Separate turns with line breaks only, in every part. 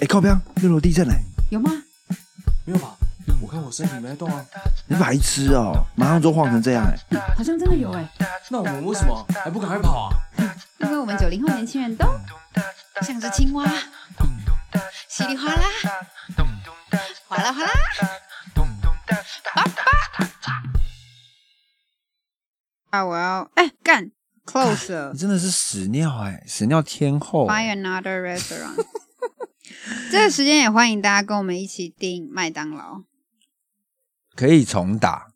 哎，靠边，六楼地震嘞！
有吗？
没有吧？我看我身体没在动啊。
你白痴哦，马上就晃成这样哎！
好像真的有哎、
那我们为什么还不赶快跑啊？
因为我们九零后年轻人都像只青蛙，稀里哗啦，哗啦哗啦。啊，我要哎干 close 了
你真的是屎尿哎，屎尿天后。
，buy another restaurant。这个时间也欢迎大家跟我们一起订麦当劳。
可以重打，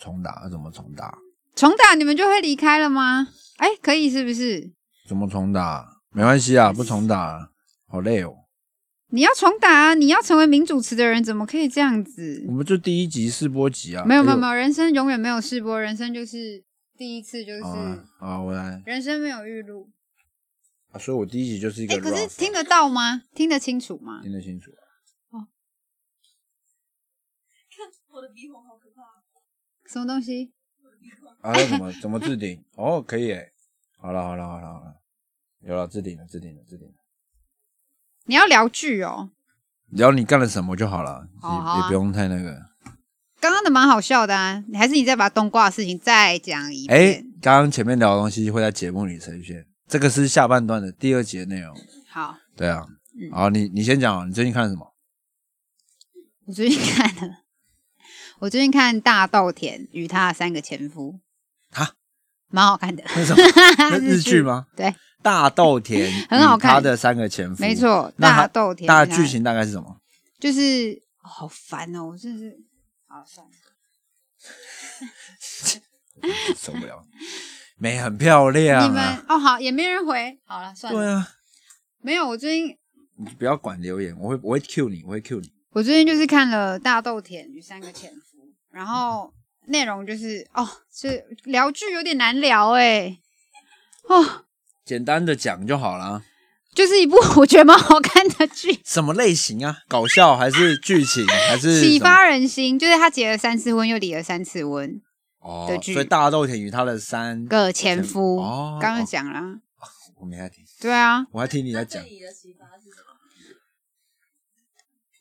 重打要怎么重打？
重打你们就会离开了吗？哎，可以是不是？
怎么重打？没关系啊，不重打，好累哦。
你要重打啊！你要成为名主持的人，怎么可以这样子？
我们就第一集试播集啊。
没有没有没
有。
有，人生永远没有试播，人生就是第一次，就是、
好啊，好啊，我来。
人生没有预录。
啊所以我第一集就是一
哎、
个 rough 啊。
可是听得到吗？听得清楚吗？
听得清楚。
什么东西？
啊，那怎么怎么置顶？哦，可以哎。好了好了好了好了，有了置顶了置顶了置顶了。
你要聊剧哦。
聊你干了什么就好了，
哦好啊
也也不用太那个。
刚刚的蛮好笑的啊，还是你再把冬瓜的事情再讲一遍？
哎、刚刚前面聊的东西会在节目里呈现，这个是下半段的第二节内容。
好，
对啊，
嗯
好，你你先讲，你最近看了 什么？
我最近看了， 我最近看《大豆田与他的三个前夫》
哈，
蛮 好看的，
那是什么？那日剧吗？
对，
大豆田
很好看
与他的三个前夫，
没。错，《
那它
大豆田与啊
大
他》
剧情大概是什么？
就是、哦好烦哦，我真的是好算了。
受不了，美很漂亮啊
你们。哦好，也没人回，好了算了。
对啊，
没有，我最近
你不要管留言，我会我会 Q 你，我会 Q 你。
我最近就是看了《大豆田与三个前夫》，然后内容就是哦，是聊剧有点难聊哎、哦，
简单的讲就好啦。
就是一部 我觉得蛮好看的剧，
什么类型啊？搞笑还是剧情还是什
启
么
发人心。就是他结了三次婚，又离了三次婚，
哦
的？剧
所以大豆田与他的三
个前夫，
哦
刚刚
哦
讲啦、
我没在听，
对啊，
我还听你在讲。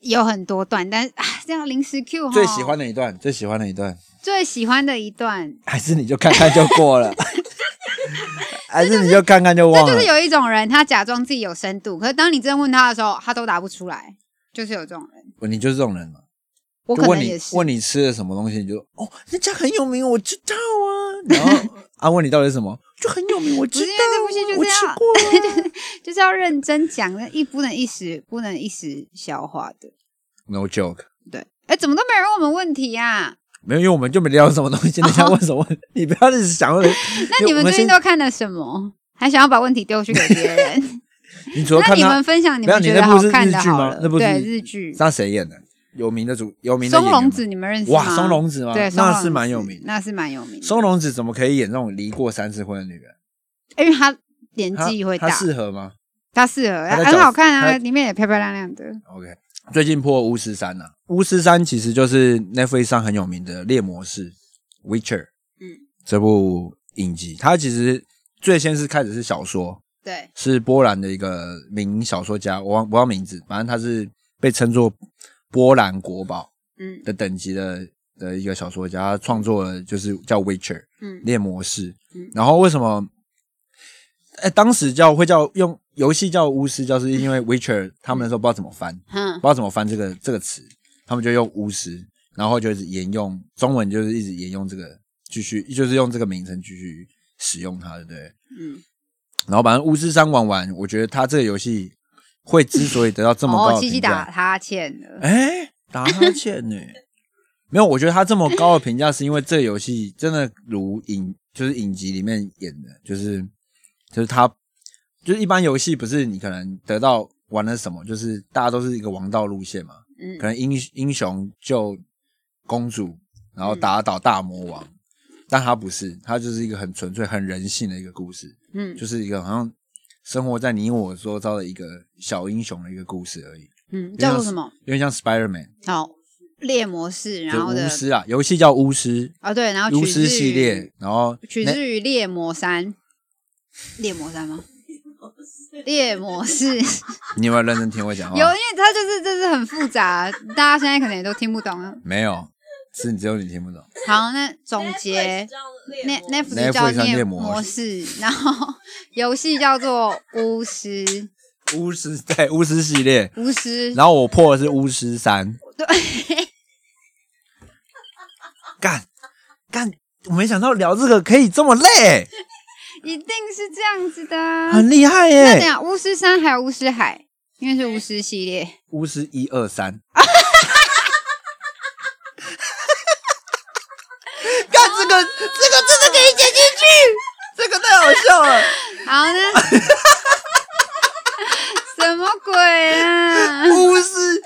有很多段，但是啊，这样临时 Q 哈，
最喜欢的一段，最喜欢的一段，
最喜欢的一段，
还是你就看看就过了， 还是你就看看就
这
忘
就是
了。
有一种人，他假装自己有深度，可是当你真的问他的时候，他都答不出来，就是有这种人。
你就是这种人嘛？
我
就
可
问
能
你
也是，
问你吃了什么东西，你就哦，那家很有名，我知道啊。然后 啊，问你到底是什么，就很有名，我知
不
道
是因为这部戏
啊，
就
我
这样
吃过啊。
就是要认真讲，那一不能一时不能一时消化的。
No joke，
对，哎，怎么都没有人问我们问题啊？
没有，因为我们就没聊什么 东西，人家问什么问，你不要一直想问。
那你
因为我
们最
先
近都看了什么？还想要把问题丢去给别 人？
你主要
那
看
你
他
们，分享你
没有
们
你
觉得
那部
好
是
看
日
的
剧
好
吗
了，
那部
对
是
日剧。
那谁演的？有名的主，有名的演
松
员吗
隆子，你们认识吗？
哇，松隆子吗？
对，松隆
那
子
是蛮有名的。
那是蛮有名的。
松隆子怎么可以演那种离过三次婚的女人？
哎因为他年
她
纪会
她
大，
适合吗
他适合，
她在
很
角
好看
她
啊，里面也漂漂亮亮的。
？OK，最近破巫师三了、巫师三其实就是 Netflix 上很有名的《猎魔士》（Witcher）
嗯，
这部影集，它其实最先是开始是小说，
对，
是波兰的一个名小说家，我忘我忘名字，反正他是被称作波兰国宝
嗯
的等级的的一个小说家，他创作了就是叫《Witcher》。
嗯
猎魔士
嗯。
然后为什么？哎，当时叫会叫用游戏叫巫师，就是因
嗯
为 Witcher 他们那时候不知道怎么翻，不
哼
知道怎么翻这个这个词，他们就用巫师，然后就是沿用中文，就是一直沿用这个，继续就是用这个名称继续使用它，对不对？
嗯，
然后反正巫师三玩完，我觉得它这个游戏会之所以得到这么高
哦，
的
七
评
七打
价，
哈欠了，
哎、打哈欠呢、 没有，我觉得他这么高的评价，是因为这个游戏真的如影，就是影集里面演的，就是就是他，就是一般游戏不是你可能得到玩了什么，就是大家都是一个王道路线嘛，
嗯
可能英英雄救公主，然后打倒大魔王，但他不是，他就是一个很纯粹、很人性的一个故事，
嗯
就是一个好像生活在你我周遭的一个小英雄的一个故事而已，
嗯，叫做什么？
有点像 Spider Man。
好，猎魔士，然
就
后
巫
的
师啊，游戏叫巫师，
啊，对，然后
巫
取自
师系
于
列，然后
取
那
自于猎魔山，猎魔山吗？猎模式
你有没有认真听我讲话？
有，因为它就是这是很复杂，大家现在可能也都听不懂。
没有？是你只有你听不懂。
好，那总结
Netflix 叫猎
那
魔
那
师
幅是
那幅叫猎魔
叫猎模式，然后游戏叫做巫师，
巫师对巫师系列，
巫师
然后我破的是巫师三。
对，
干干，我没想到聊这个可以这么累，
一定是这样子的啊。
很厉害
那
耶！
等一下巫师山还有巫师海，因为是巫师系列，
巫师一二 三，干这个这个真的可以剪进去，这个太好笑了。
好呢。 什么鬼啊！我
巫师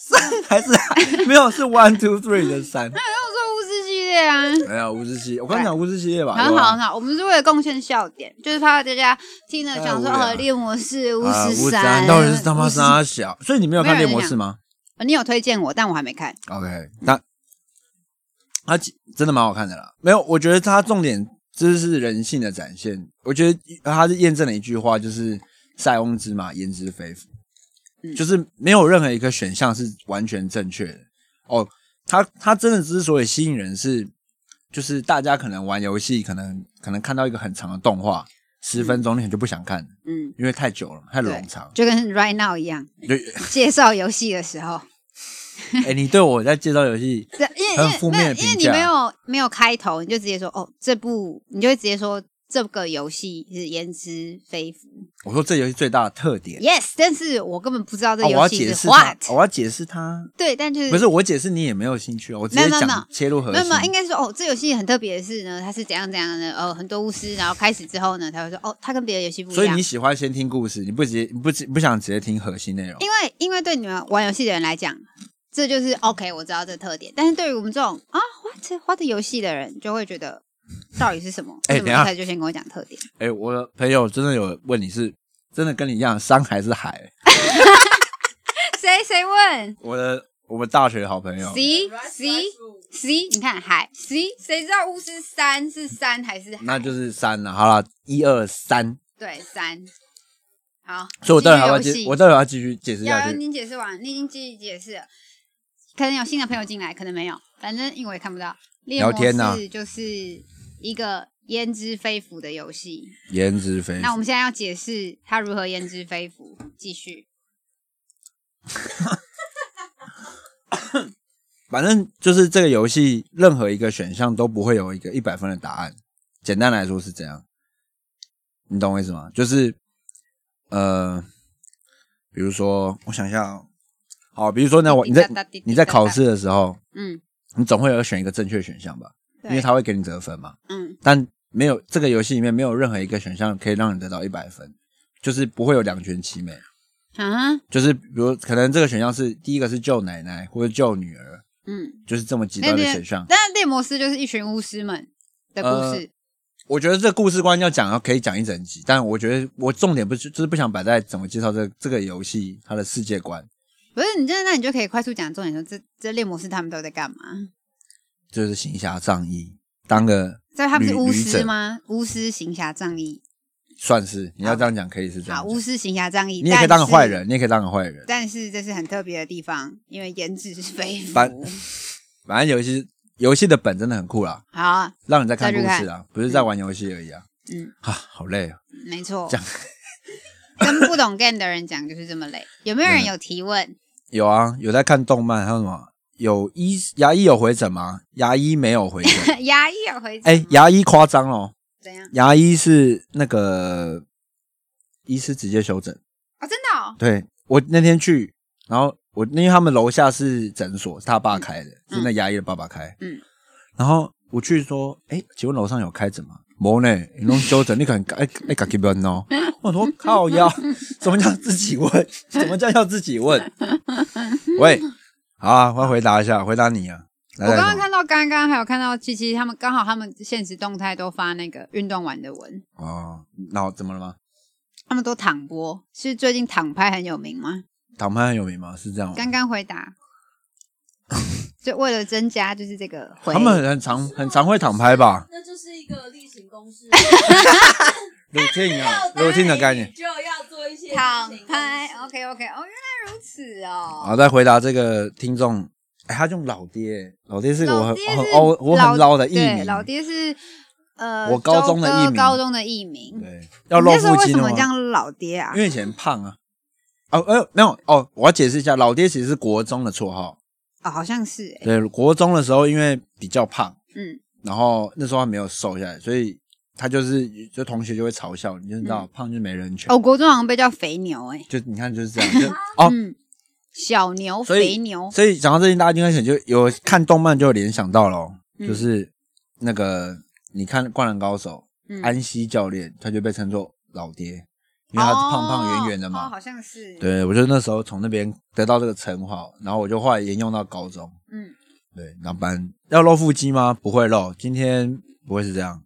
三还是 海没有是 one two three 的三，
说巫师系列啊，
没有巫师系列，我刚讲巫师系列吧，
很
对吧
好很好。我们是为了贡献笑点，就是怕大家听了讲说
太无聊
呃猎魔士巫
啊，
师
巫
山，
到底是他妈
巫师
啥小？所以你没有看
没有
猎
人
魔士吗
呃你有推荐我，但我还没看。
？OK，那它其真的蛮好看的啦。没有，我觉得它重点就是人性的展现。我觉得它是验证了一句话，就是“塞翁之马，焉知非福”，
嗯
就是没有任何一个选项是完全正确的。哦，它它真的之所以吸引人是，就是大家可能玩游戏，可能可能看到一个很长的动画，十分钟你可能就不想看了，
嗯，
因为太久了，太
对
冗长。
就跟 Right Now 一样，
就
介绍游戏的时候，
哎、你对我在介绍游戏
对因为因
很
为
负
没有
面的
因为
评
你
价
没有没有开头，你就直接说哦，这部你就会直接说这个游戏是言之非福。
我说这游戏最大的特点，
Yes，但是我根本不知道这
啊我
游
要
戏
解
是
释它
what，、，
我要解释它，
对，但就是
不是我解释你也没有兴趣哦，我直
没有
接
没有没
讲
有
切入核
没有
心
没有，应该说哦，这游戏很特别的是呢，它是怎样怎样的，呃，很多巫师，然后开始之后呢，他会说哦，它跟别的游戏不
所
一
以
样
你。喜欢先听故事，你不直接你不直不想直接听核心内容
因为因为对你们玩游戏的人来讲，这就是 OK，我知道这特点。但是对于我们这种啊花 h a 的游戏的人，就会觉得到底是什么？
哎
为什么
等一下
他就先跟我讲特点。
哎、我的朋友真的有问你是真的跟你一样山还是海？
谁谁问
我的我们大学好朋友
？C
Rush
C
Rush Rule
C，你看海 C，谁知道巫师三是三还是海
那就是山了、好了，一二三，
对三？好，
所以我待会还要
继续
继
游戏
我待会还要继续解释
瑶
下
瑶，
去。
你解释完，你已经积极解释了。可能有新的朋友进来，可能没有，反正因为我也看不到。猎
聊天
魔
呐
士就是一个焉知非福的游戏。
颜值非
那我们现在要解释它如何焉知非福。继续，
反正就是这个游戏任何一个选项都不会有一个一百分的答案。简单来说是这样，你懂我意思吗？就是呃，比如说，我想一下、哦，好，比如说呢，哦我你在你在考试的时候，
嗯，
你总会有选一个正确选项吧，因为
对
它会给你得分嘛。
嗯，
但没有这个游戏里面没有任何一个选项可以让你得到一百分，就是不会有两全其美。
啊，
就是比如可能这个选项是第一个是救奶奶或者救女儿，
嗯，
就是这么极
那
端的
猎
选项。
但是猎魔师就是一群巫师们的故
呃
事，
我觉得这故事观要讲，可以讲一整集，但我觉得我重点不是就是不想摆在怎么介绍这这个游戏它的世界观，
不是你真的，那你就可以快速讲重点，说这这猎魔师他们都在干嘛？
就是行侠仗义，当个
所以他们是
旅
巫
旅
师
者
吗？巫师行侠仗义，
算是你要这样讲，可以是这样
好，
讲。
巫师行侠仗义，
你也可以当个
但是
坏人，你也可以当个坏人，
但是这是很特别的地方，因为颜值是 非福。
反反正游戏游戏的本真的很酷啦，
好啊，
让你在看故
再去
事啊，不是在玩游戏而已啊。
嗯
啊，好累啊！
没错
这样，
跟不懂 game 的人讲就是这么累。有没有
嗯
人有提问？
有啊，有在看动漫，还有什么？有医牙医有回诊吗？牙医没有回诊。
牙医有回
哎、
诊吗
牙医夸张哦，
怎样？
牙医是那个医师直接休诊。
哦，真的哦，
对我那天去，然后我因为他们楼下是诊所，是他爸开的，
嗯
是那牙医的爸爸开。
嗯，
然后我去说，哎，请问楼上有开诊吗？没呢，你弄休 诊，你敢哎哎敢给别人哦？我说靠腰，什么叫自己问？什么叫要自己问？喂，好啊，我要回答一下，回答你啊。来
我
来
刚
什
刚
么
看到刚刚还有看到七七他们刚好他们现实动态都发那个运动完的文，
哦，那我怎么了吗？
他们都躺播，是最近躺拍很有名吗？
唐拍很有名吗？是这样吗？
刚刚回答，就为了增加就是这个回
他们很很常很常会躺拍吧？
那就是一个例行公事。
routine 啊
要
，routine 的 概念。
就要做一些
躺
事情
拍，OK OK，哦，原来如此
好，
哦。
再回答这个听众，哎，他用老爹，老爹是个我
老
很
爹
我很
是
哦我很
老
捞的艺
对
名，
老爹是呃，
我高中的艺
周
名
哥高中的艺名。
对，要
你
露
那时候
腹
为
肌
什
的
么
吗？
叫老爹啊
因？为以前胖啊。哦，哎呦，没有哦，我要解释一下，老爹其实是国中的绰号。
哦，好像是欸，
对，国中的时候因为比较胖，
嗯，
然后那时候还没有瘦下来，所以他就是就同学就会嘲笑你，就知道、胖就没人权。
嗯哦，国中好像被叫肥牛，哎，
就你看就是这样，就哦，
嗯，小牛、
所以
肥牛，
所以讲到这些，大家应该想就有看动漫就有联想到哦咯，
嗯
就是那个你看《灌篮高手》
嗯，
安西教练，他就被称作老爹，因为他是胖胖圆圆的
哦哦
嘛。
好像是，，
对，我就那时候从那边得到这个称号，然后我就后来沿用到高中。
嗯，
对，然后班要露腹肌吗？不会露，今天不会是这样。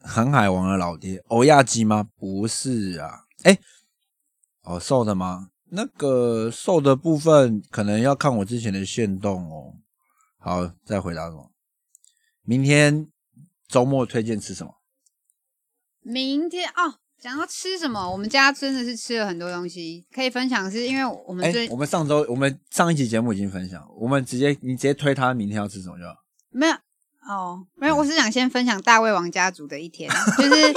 航海王的老爹，欧亚基吗？不是啊，哎，哦，瘦的吗？那个瘦的部分可能要看我之前的线动哦。好，再回答什么？明天周末推荐吃什么？
明天哦。讲到吃什么，我们家真的是吃了很多东西，可以分享，是因为我们
哎
最、，
我们上周我们上一期节目已经分享，我们直接你直接推他明天要吃什么就好。
没有哦，没有，我是想先分享大胃王家族的一天， 就是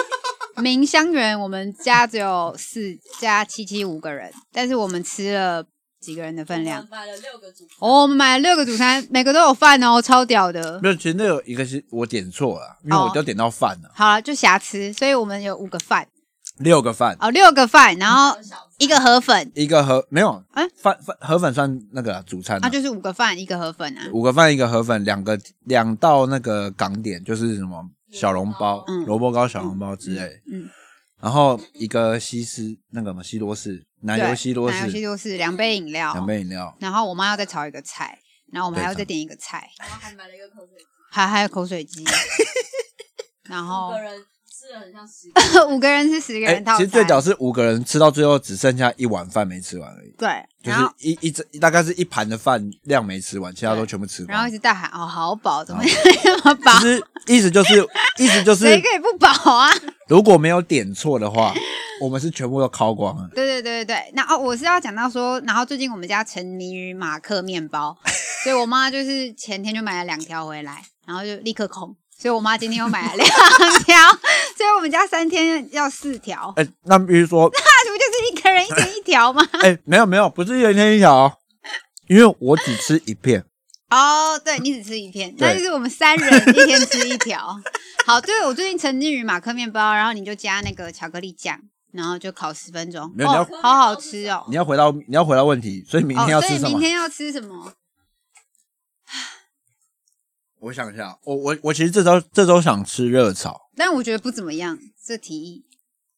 明香园，我们家只有四加七七五个人，但是我们吃了几个人的分量
嗯
我们，买了六个组，
哦，我们买了六个主餐，每个都有饭哦，超屌的。
没有，其实那有一个是我点错了，因为我
哦
就点到饭了，
好了，就瑕疵，所以我们有五个饭
六个饭。
哦，六个饭，然后一个河粉
一个河没有，
哎
饭饭河粉算那个啦主餐、啊
啊，就是五个饭一个河粉啊。
五个饭一个河粉，两个两道那个港点就是什么小笼包、
嗯
萝卜糕、小笼包之类，
嗯，
然后一个西施那个什么西多士奶油
对
西多
奶油西
士
多士两杯饮料，
两杯饮料，
然后我妈要再炒一个菜，然后我们还要
对
再点一个菜，
然后还买了一个口水鸡，
还还有口水 鸡，然
五
后
个人吃了很像十个 人。
五个人是十个人套餐，
哎其实最屌是五个人吃到最后只剩下一碗饭没吃完而已，
对，
就
然后
是一一整大概是一盘的饭量没吃完，其他都
对
全部吃
然后
光
一。直大喊哦好饱， 怎么
好
那么饱
其？实意思就是意思就是
谁可以不饱啊？
如果没有点错的话，我们是全部都烤光了。
对对对对对，那哦，我是要讲到说，然后最近我们家沉迷于马克面包，所以我妈就是前天就买了两条回来，然后就立刻空，所以我妈今天又买了两 条，所以我们家三天要四条，
哎、那比如说
那不就是一个人一天一条吗？
哎、没有没有，不是一人天一条哦，因为我只吃一片。
哦对你只吃一片，
对
那就是我们三人一天吃一条。好，对我最近沉浸于马克面包，然后你就加那个巧克力酱，然后就烤十分钟，
没有你要
哦，好好吃哦。
你要回到你要回到问题，所以明天要
哦，所
吃
以
什
明
么？
天要吃什么？
我想一下，我我我其实这周这周想吃热炒。
但我觉得不怎么样，这提议。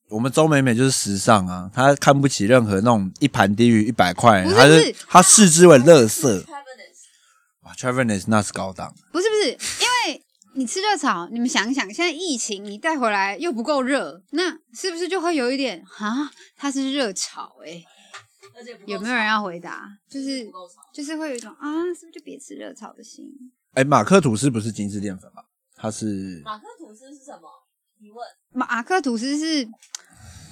我们周美美就是时尚啊，她看不起任何那种一盘低于一百块，
不是
她
不是
她视之为垃圾。
Travelers
哇 t r a v e r n e s 那是高档，
不是不是，因为你吃热炒，你们想一想，现在疫情你带回来又不够热，那是不是就会有一点啊？它是热炒哎、
而且不够
有没有人要回答？就是
不够吵
就是会有一种啊，是不是就别吃热炒的心？
哎、马克吐司不是精致淀粉吧？它是
马克吐司是什么？你问。
马克吐司是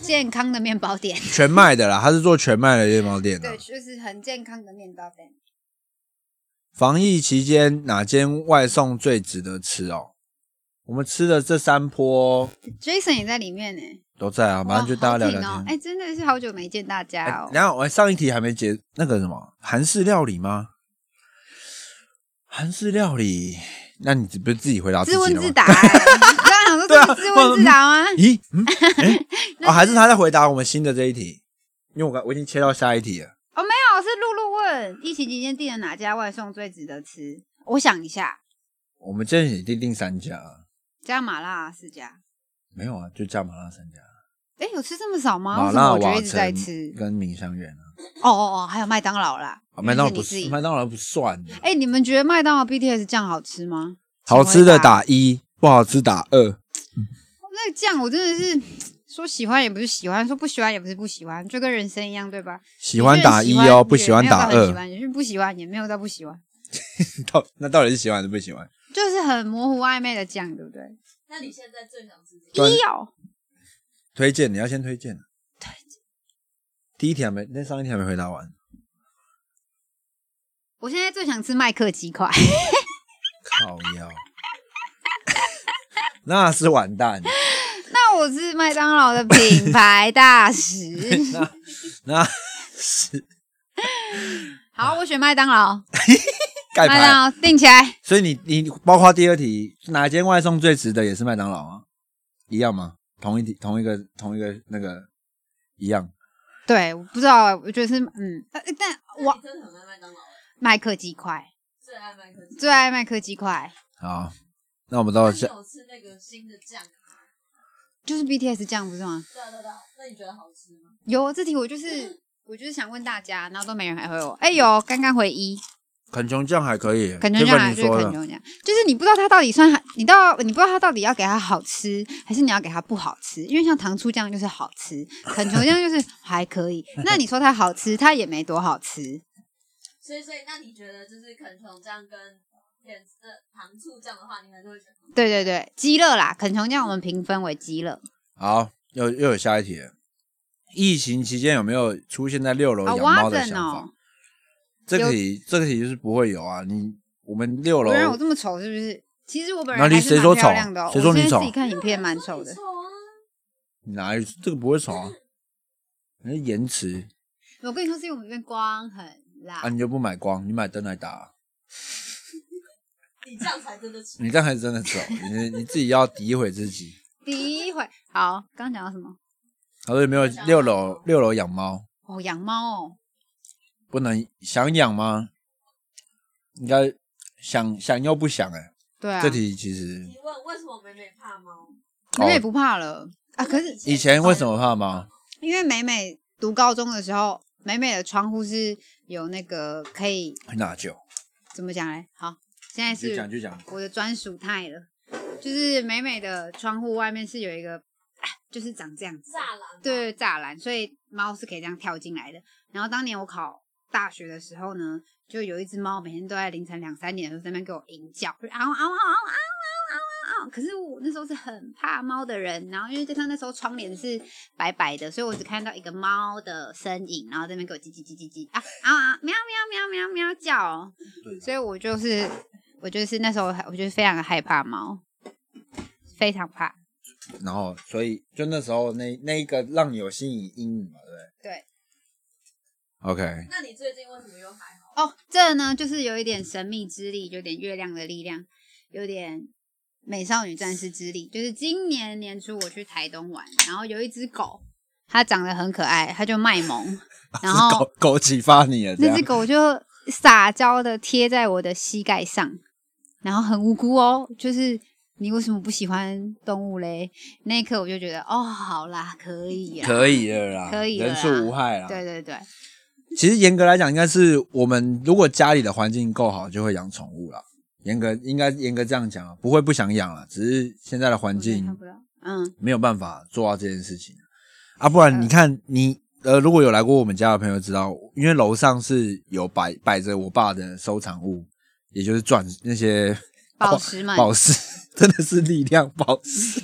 健康的面包店，
全麦的啦，它是做全麦的面包店的、啊
对，就是很健康的面包店。
防疫期间哪间外送最值得吃哦？我们吃的这三波哦
Jason 也在里面呢、欸，
都在啊，反正就大家聊聊天。
哇好挺哦哎、真的是好久没见大
哎
家哦。
然后我上一题还没结，那个什么韩式料理吗？韩式料理，那你不是自己回答自己
自
了吗
问自答、欸，我刚刚想说
对啊
这是自问自答吗？
咦， 嗯，诶哦，还是他在回答我们新的这一题，因为我刚我已经切到下一题了。
哦，是露露问疫情期间订了哪家外送最值得吃？我想一下，
我们这里定定三家啊，
加麻辣四家。
没有啊，就加麻辣三家，
哎，有吃这么少吗？
麻
为什么
辣
我觉
瓦
得一直在
城
吃。
跟明香园啊
哦哦哦，还有麦当劳啦，
啊，麦当劳
原
不
来是你
是
自己
麦当劳不算的。
哎，你们觉得麦当劳 BTS 酱好吃吗？
好吃的打一，不好吃打二。
那个酱我真的是说喜欢也不是喜欢，说不喜欢也不是不喜欢，就跟人生一样，对吧？
喜欢打一哦，不喜欢打
有些人 喜
二。
欢，有些人不喜欢，也没有到不喜欢，
到那到底是喜欢还是不喜欢？
就是很模糊暧昧的酱，对不对？
那你现在最想吃什么？
对啊
一哦，
推荐你要先推荐。啊第一题还没，那上一题还没回答完。
我现在最想吃麦克鸡块，
靠腰， 那是完蛋，
那我是麦当劳的品牌大使。
那那是
好，我选麦当劳，
盖
麦
牌。
当劳定起来。
所以你你包括第二题，哪间外送最值得也是麦当劳啊？一样吗？同一题，同一个同一个那个一样。
对，我不知道，我觉得是嗯，呃但
哇，
我
你真的很爱麦当劳，
麦克鸡块
最爱麦
哦
克鸡。
最爱麦克鸡块，
好，那我们
那
到
你
下
有吃那个新的酱吗？
就是 BTS 酱不是吗？
对啊对啊对啊，那你觉得好吃吗？
有啊这题我就是我就是想问大家，然后都没人回我。哎、有刚刚回一，
肯琼酱还可以，
肯琼酱还是肯琼酱，就是你不知道它到底算，你到你不知道它到底要给它好吃，还是你要给它不好吃？因为像糖醋酱就是好吃，肯琼酱就是 还可以。那你说它好吃，它也没多好吃。
所以所以，那你觉得就是肯琼酱跟甜呃糖醋酱的话，你还是会选
对对对，鸡乐啦，肯琼酱我们评分为鸡乐。
好，又又有下一题了。疫情期间有没有出现在六楼
好
养猫
挖
的
整
想法？
啊哦，
这
有
个题这个题就是不会有啊。你我们六楼
原来我这么丑是不是？其实我本
哪
人
里
还是
谁说
蛮
丑
漂亮的、哦，
谁说
我
你
现在
丑
自己看影片蛮丑的
不。错啊，
你哪有这个不会吵啊？那是延迟
我跟你说，是因为我们这边光很辣。
啊，你就不买光，你买灯来打啊、
你这样才真的吃。
你刚才真的走，你你自己要诋毁自己。
第一回好，刚刚讲到什么？
他说有没 有六楼六楼养猫
哦，养猫哦，
不能想养吗？应该想想又不想哎、
对啊，
这题其实
提问为什么美美怕猫？
美美
哦
不怕了啊。可是
以前为什么怕猫？
因为美美读高中的时候，美美的窗户是有那个可以
那就
怎么讲嘞？好，现在
就讲
是
就讲，
我的专属态了，就是美美的窗户外面是有一个，啊就是长这样子，
栅栏？
对栅栏，所以猫是可以这样跳进来的。然后当年我考大学的时候呢，就有一只猫每天都在凌晨两三点的时候在那边给我吟叫，就啊嗷嗷嗷嗷嗷嗷嗷啊嗷。可是我那时候是很怕猫的人，然后因为加上那时候窗帘是白白的，所以我只看到一个猫的身影，然后在那边给我叽叽叽叽叽啊嗷嗷喵喵喵喵喵叫哦、所以我就是我就是那时候我就是非常的害怕猫，非常怕。
然后所以就那时候那那一个让你有心理阴影嘛，对
对，
不对？OK，
那你最近为什么又还好？
哦，这呢就是有一点神秘之力，有点月亮的力量，有点美少女战士之力。就是今年年初我去台东玩，然后有一只狗，它长得很可爱，它就卖萌， 然
啊是
后
狗狗启发你了，这
那
样
只狗就撒娇的贴在我的膝盖上，然后很无辜哦，就是。你为什么不喜欢动物嘞？那一刻我就觉得，哦，好啦，可以啦，
可啊以了啦，
可以了啦
人畜无害啦。
对对对，
其实严格来讲，应该是我们如果家里的环境够好，就会养宠物啦。严格应该严格这样讲啊，不会不想养了，只是现在的环
我觉得
境
看不到，嗯，
没有办法做到这件事情啊。不然你看你呃，如果有来过我们家的朋友知道，因为楼上是有摆摆着我爸的收藏物，也就是钻那些
宝石们，
宝石， 真的是力量宝石，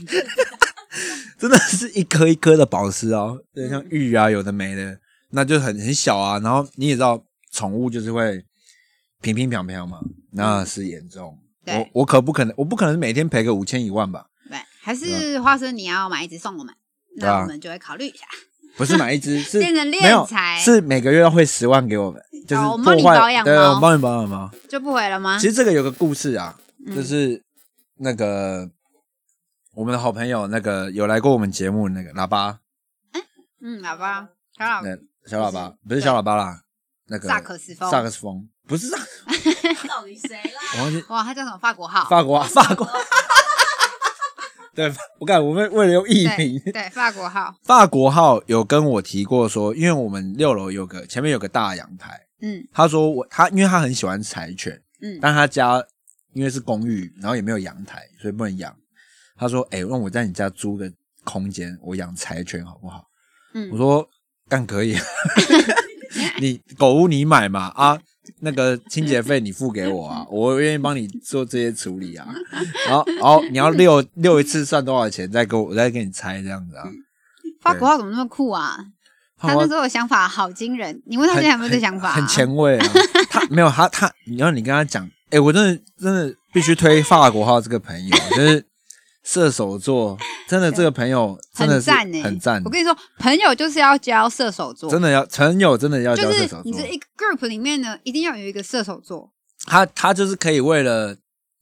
真的是一颗一颗的宝石哦，对，像玉啊，有的没的，那就很很小啊。然后你也知道，宠物就是会平平平平嘛，那是严重。
对
我我可不可能？我不可能每天赔个五千一万吧？
对，还是花生你要买一只送我们，
对啊
那我们就会考虑一下。
不是买一只，是
变成
没有
敛财，
是每个月要汇十万给我们，就是
哦我
破
帮你
坏
保养
对，
猫
我帮你保养猫。
就不回了吗？
其实这个有个故事啊，
嗯
就是那个我们的好朋友，那个有来过我们节目的那个喇叭，
嗯，好吧，小老
那小喇叭不是小喇叭啦，那个
萨克斯风
萨克斯风不是萨，
到底谁啦？
我忘记
哇，他叫什么法国号？
法国啊法国， 对，我感我们为了用艺名，
对对，法国号，
法国号有跟我提过说，因为我们六楼有个前面有个大阳台，
嗯
他说我他因为他很喜欢柴犬，
嗯，
但他家因为是公寓，然后也没有阳台，所以不能养。他说：“哎、让我在你家租个空间，我养柴犬好不好？”
嗯
我说：“干可以啊，你狗屋你买嘛啊？那个清洁费你付给我 啊，我愿意帮你做这些处理啊。然后，然后你要遛遛一次算多少钱，再给我，我再给你猜这样子啊。
法国号怎么那么酷啊？嗯他那时候的想法好惊人，你问他现在有没有这想法啊、
很前卫啊。他没有他他，你要你跟他讲，哎、我真的真的必须推法国号这个朋友，就是射手座，真的这个朋友真的
很
是
赞呢、
很赞
我，跟你说，朋友就是要交射手座，
真的要朋友真的要交
就
射
是
手
你
座
这。一个 group 里面呢，一定要有一个射手座，
他他就是可以为了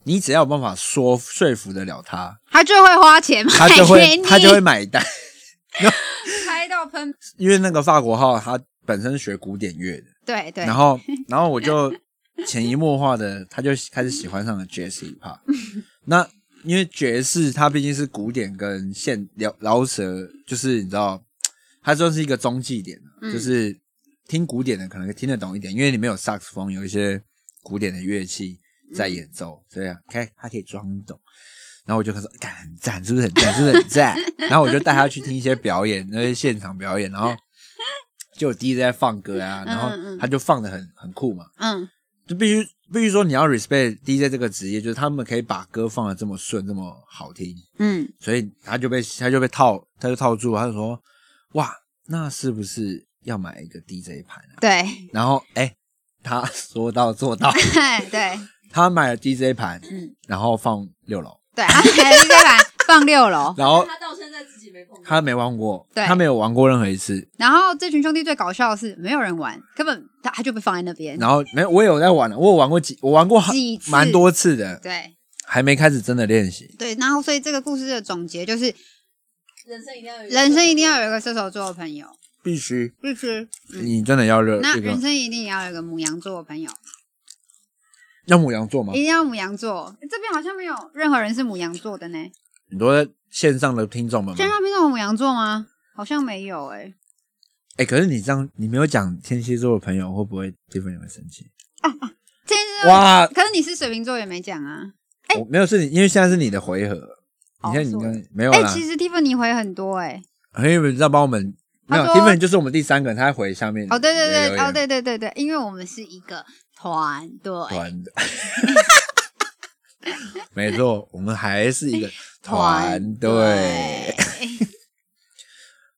你，只要有办法说说服得了他，
他就会花钱买
他就
给
会
你
他就会买单。
开到喷。
因为那个法国号他本身是学古典乐的，
对对，
然 后然后我就潜移默化的他就开始喜欢上了爵士一趴。那因为爵士它毕竟是古典跟现饶饶舌，就是你知道，它算是一个中继点，啊
嗯
就是听古典的可能听得懂一点，因为里面有萨克斯风，有一些古典的乐器在
嗯
演奏，所以啊，可以他可以装懂。然后我就跟他说：“干很赞，是不是很赞？是不是很赞？”然后我就带他去听一些表演，那些现场表演，然后就有 DJ 在放歌啊，然后
嗯嗯
他就放的很很酷嘛，
嗯，
就必须必须说你要 respect DJ 这个职业，就是他们可以把歌放的这么顺，这么好听，
嗯，
所以他就被他就被套，他就套住，他就说：“哇，那是不是要买一个 DJ 盘啊？”
对
然后哎、他 说到做到，
对
他买了 DJ 盘，
嗯
然后放六楼，
对，他还是在把放六楼。
然后
他到现在自己没碰
哦
过。
他没玩过，
对
他没有玩过任何一次，
然后这群兄弟最搞笑的是，没有人玩，根本他他就被放在那边。
然后没有我有在玩了，我有玩过几，我玩过很
几次
蛮多次的，
对
还没开始真的练习。
对，然后所以这个故事的总结就是，
人生一定要有，
人生一定要有一个射手座的朋友，
必须，
就是嗯
你真的要热
那
呃这
人
个，哦
生一定要有一个母羊座的朋友，
要母羊座吗
一？定要母羊座。这边好像没有任何人是母羊座的呢。
很多线上的听众们吗
线？上边有母羊座吗？好像没有哎、
哎、可是你这样，你没有讲天蝎座的朋友会不会 Tiffany 会生气？
天蝎座，
哇，
可是你是水瓶座也没讲啊。
我没有是你，因为现在是你的回合，你看你
是我
刚没有
哎、
啦，
其实蒂芙尼回很多哎、
很有人在帮我们。没
他
有
说
，Tiffany 就是我们第三个，他在回下面。
哦，对对
留
对，
言
哦，对对对对，因为我们是一个团队，
团的，没错，我们还是 一个团队。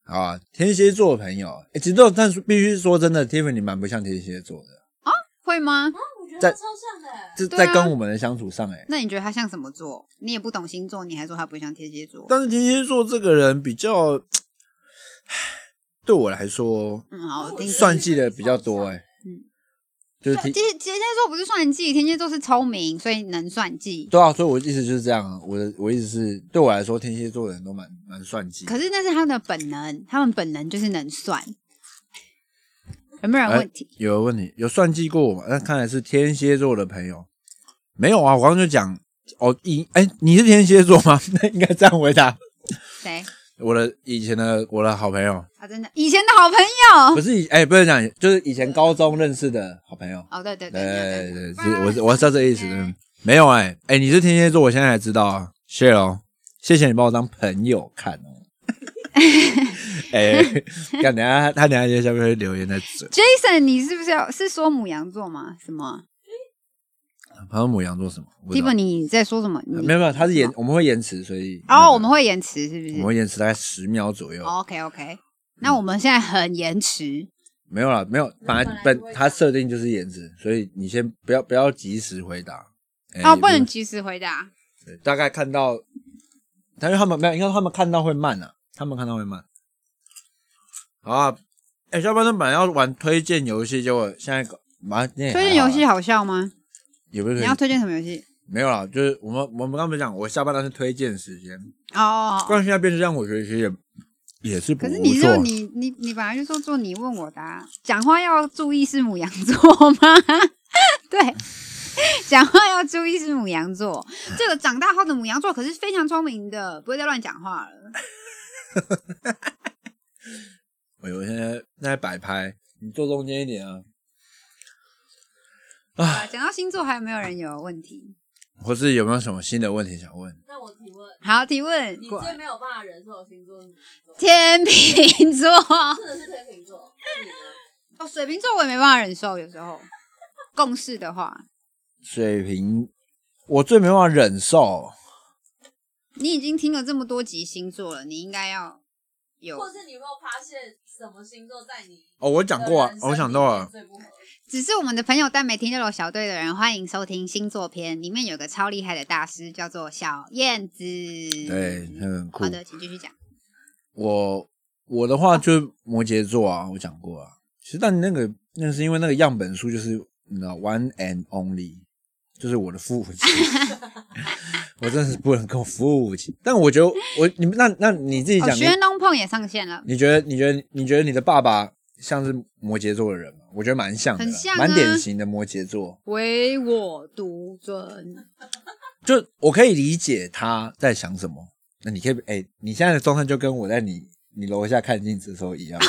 好啊，天蝎座的朋友，哎、其实都但是必须说真的，Tiffany 蛮不像天蝎座的，
会吗？
我觉得
在
他超像的，
这
对
在
啊
跟我们的相处上、哎，
那你觉得他像什么座？你也不懂星座，你还说他不像天蝎座？
但是天蝎座这个人比较，对我来说
嗯，好，我听说
算计的比较多、哎，
嗯
就是
天
天
天天蝎座不是算计，天蝎座是聪明，所以能算计。
对啊，所以我的意思就是这样啊，我的我意思是，对我来说，天蝎座的人都蛮蛮算计的，
可是那是他的本能，他们本能就是能算。有没有
呃
人问题？
有问题，有算计过我吗？那看来是天蝎座的朋友，没有啊。我刚刚就讲哦，以哎、你是天蝎座吗？ 那应该这样回答。
谁
我的以前的我的好朋友，
啊？真的，以前的好朋友。
不是以哎、不是讲，就是以前高中认识的好朋友。
哦，对对
对对
对
对，是我是我是照这个意思。嗯没有哎、哎、你是天蝎座，我现在才知道啊，谢喽，谢谢你把我当朋友看哦。哎、干等一下他等一下就在下面会留言在嘴，
，Jason，你是不是要是说母羊座吗？什么？
他说母羊座什么？我不
基
知道呃
本你在说什么？你
没有没有，它是延，我们会延迟，所以
哦，我们会延哦迟，是不
我
是
们会延迟大概嗯十秒左右。
？OK OK，那我们现在很延迟。
没有啦，没有，本来本它设定就是延迟，所以你先不要不要及时回答。哎
哦，不能及时回答。
对大概看到，但是他们没有，应该说他们看到会慢啊，他们看到会慢。好啊，哎，下半段本来要玩推荐游戏，结果现在搞马推
推荐游戏好笑吗？
啊也不是
你
推
要
荐，
推荐什么游戏？
没有啦，就是我们我们刚才讲，我下半段是推荐时间，不
哦，
然现在变成这样，我觉得其实也也是不
可
错。
是你说你你你本来就说做你问我答，讲话要注意是母羊座吗？ 对。讲话要注意是母羊座，这个长大后的母羊座可是非常聪明的，不会再乱讲话了。
哎呦，现在在摆拍，你坐中间一点啊。啊，
啊讲到星座，还有没有人有问题？
或是有没有什么新的问题想问？
那我提问，
好，提问。
你最没有办法忍受的星座是什么？
天秤座，
真的是天秤座，是你吗
哦，水瓶座我也没办法忍受，有时候共事的话，
水瓶，我最没办法忍受。
你已经听了这么多集星座了，你应该要有
或。是你有没有发现什么星座在你？
哦，我讲过、啊，哦我想到了，。
只是我们的朋友但没听这种小队的人，欢迎收听星座篇，里面有个超厉害的大师，叫做小燕子。
对，那个很酷
好。的，请继续讲。
我我的话就是摩羯座啊，我讲过啊。其实但那个那个是因为那个样本数就是你知道 one and only，就是我的父 亲，我真的是不能跟我父亲。但我觉得我你们那那你自己
哦，
讲，
学龙碰也上线了，
你你觉得你觉得你觉得你的爸爸像是摩羯座的人吗？我觉得蛮像的啦，
很像啊
蛮典型的摩羯座。
唯我独 尊。
就我可以理解他在想什么。那你可以，哎、你现在的状态就跟我在你你楼下看镜子的时候一样，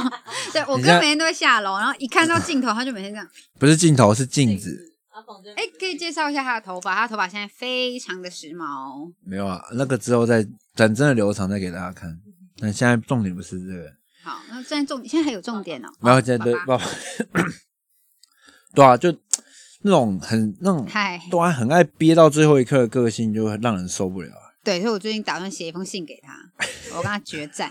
对我
你
哥
现在
每天都会下楼，然后一看到镜头，他就每天这样。
不是镜头是镜子，
啊，房间
哎、可以介绍一下他的头发，他的头发现在非常的时髦。
没有啊，那个之后再等真的流程再给大家看。那现在重点不是这个，
好，那现在重现在还有重点哦。
然后现在对
爸爸
爸爸， 对啊，就那种很那种，
嗨，
对啊，很爱憋到最后一刻的个性，就会让人受不了啊。
对，所以我最近打算写一封信给他，我跟他决战，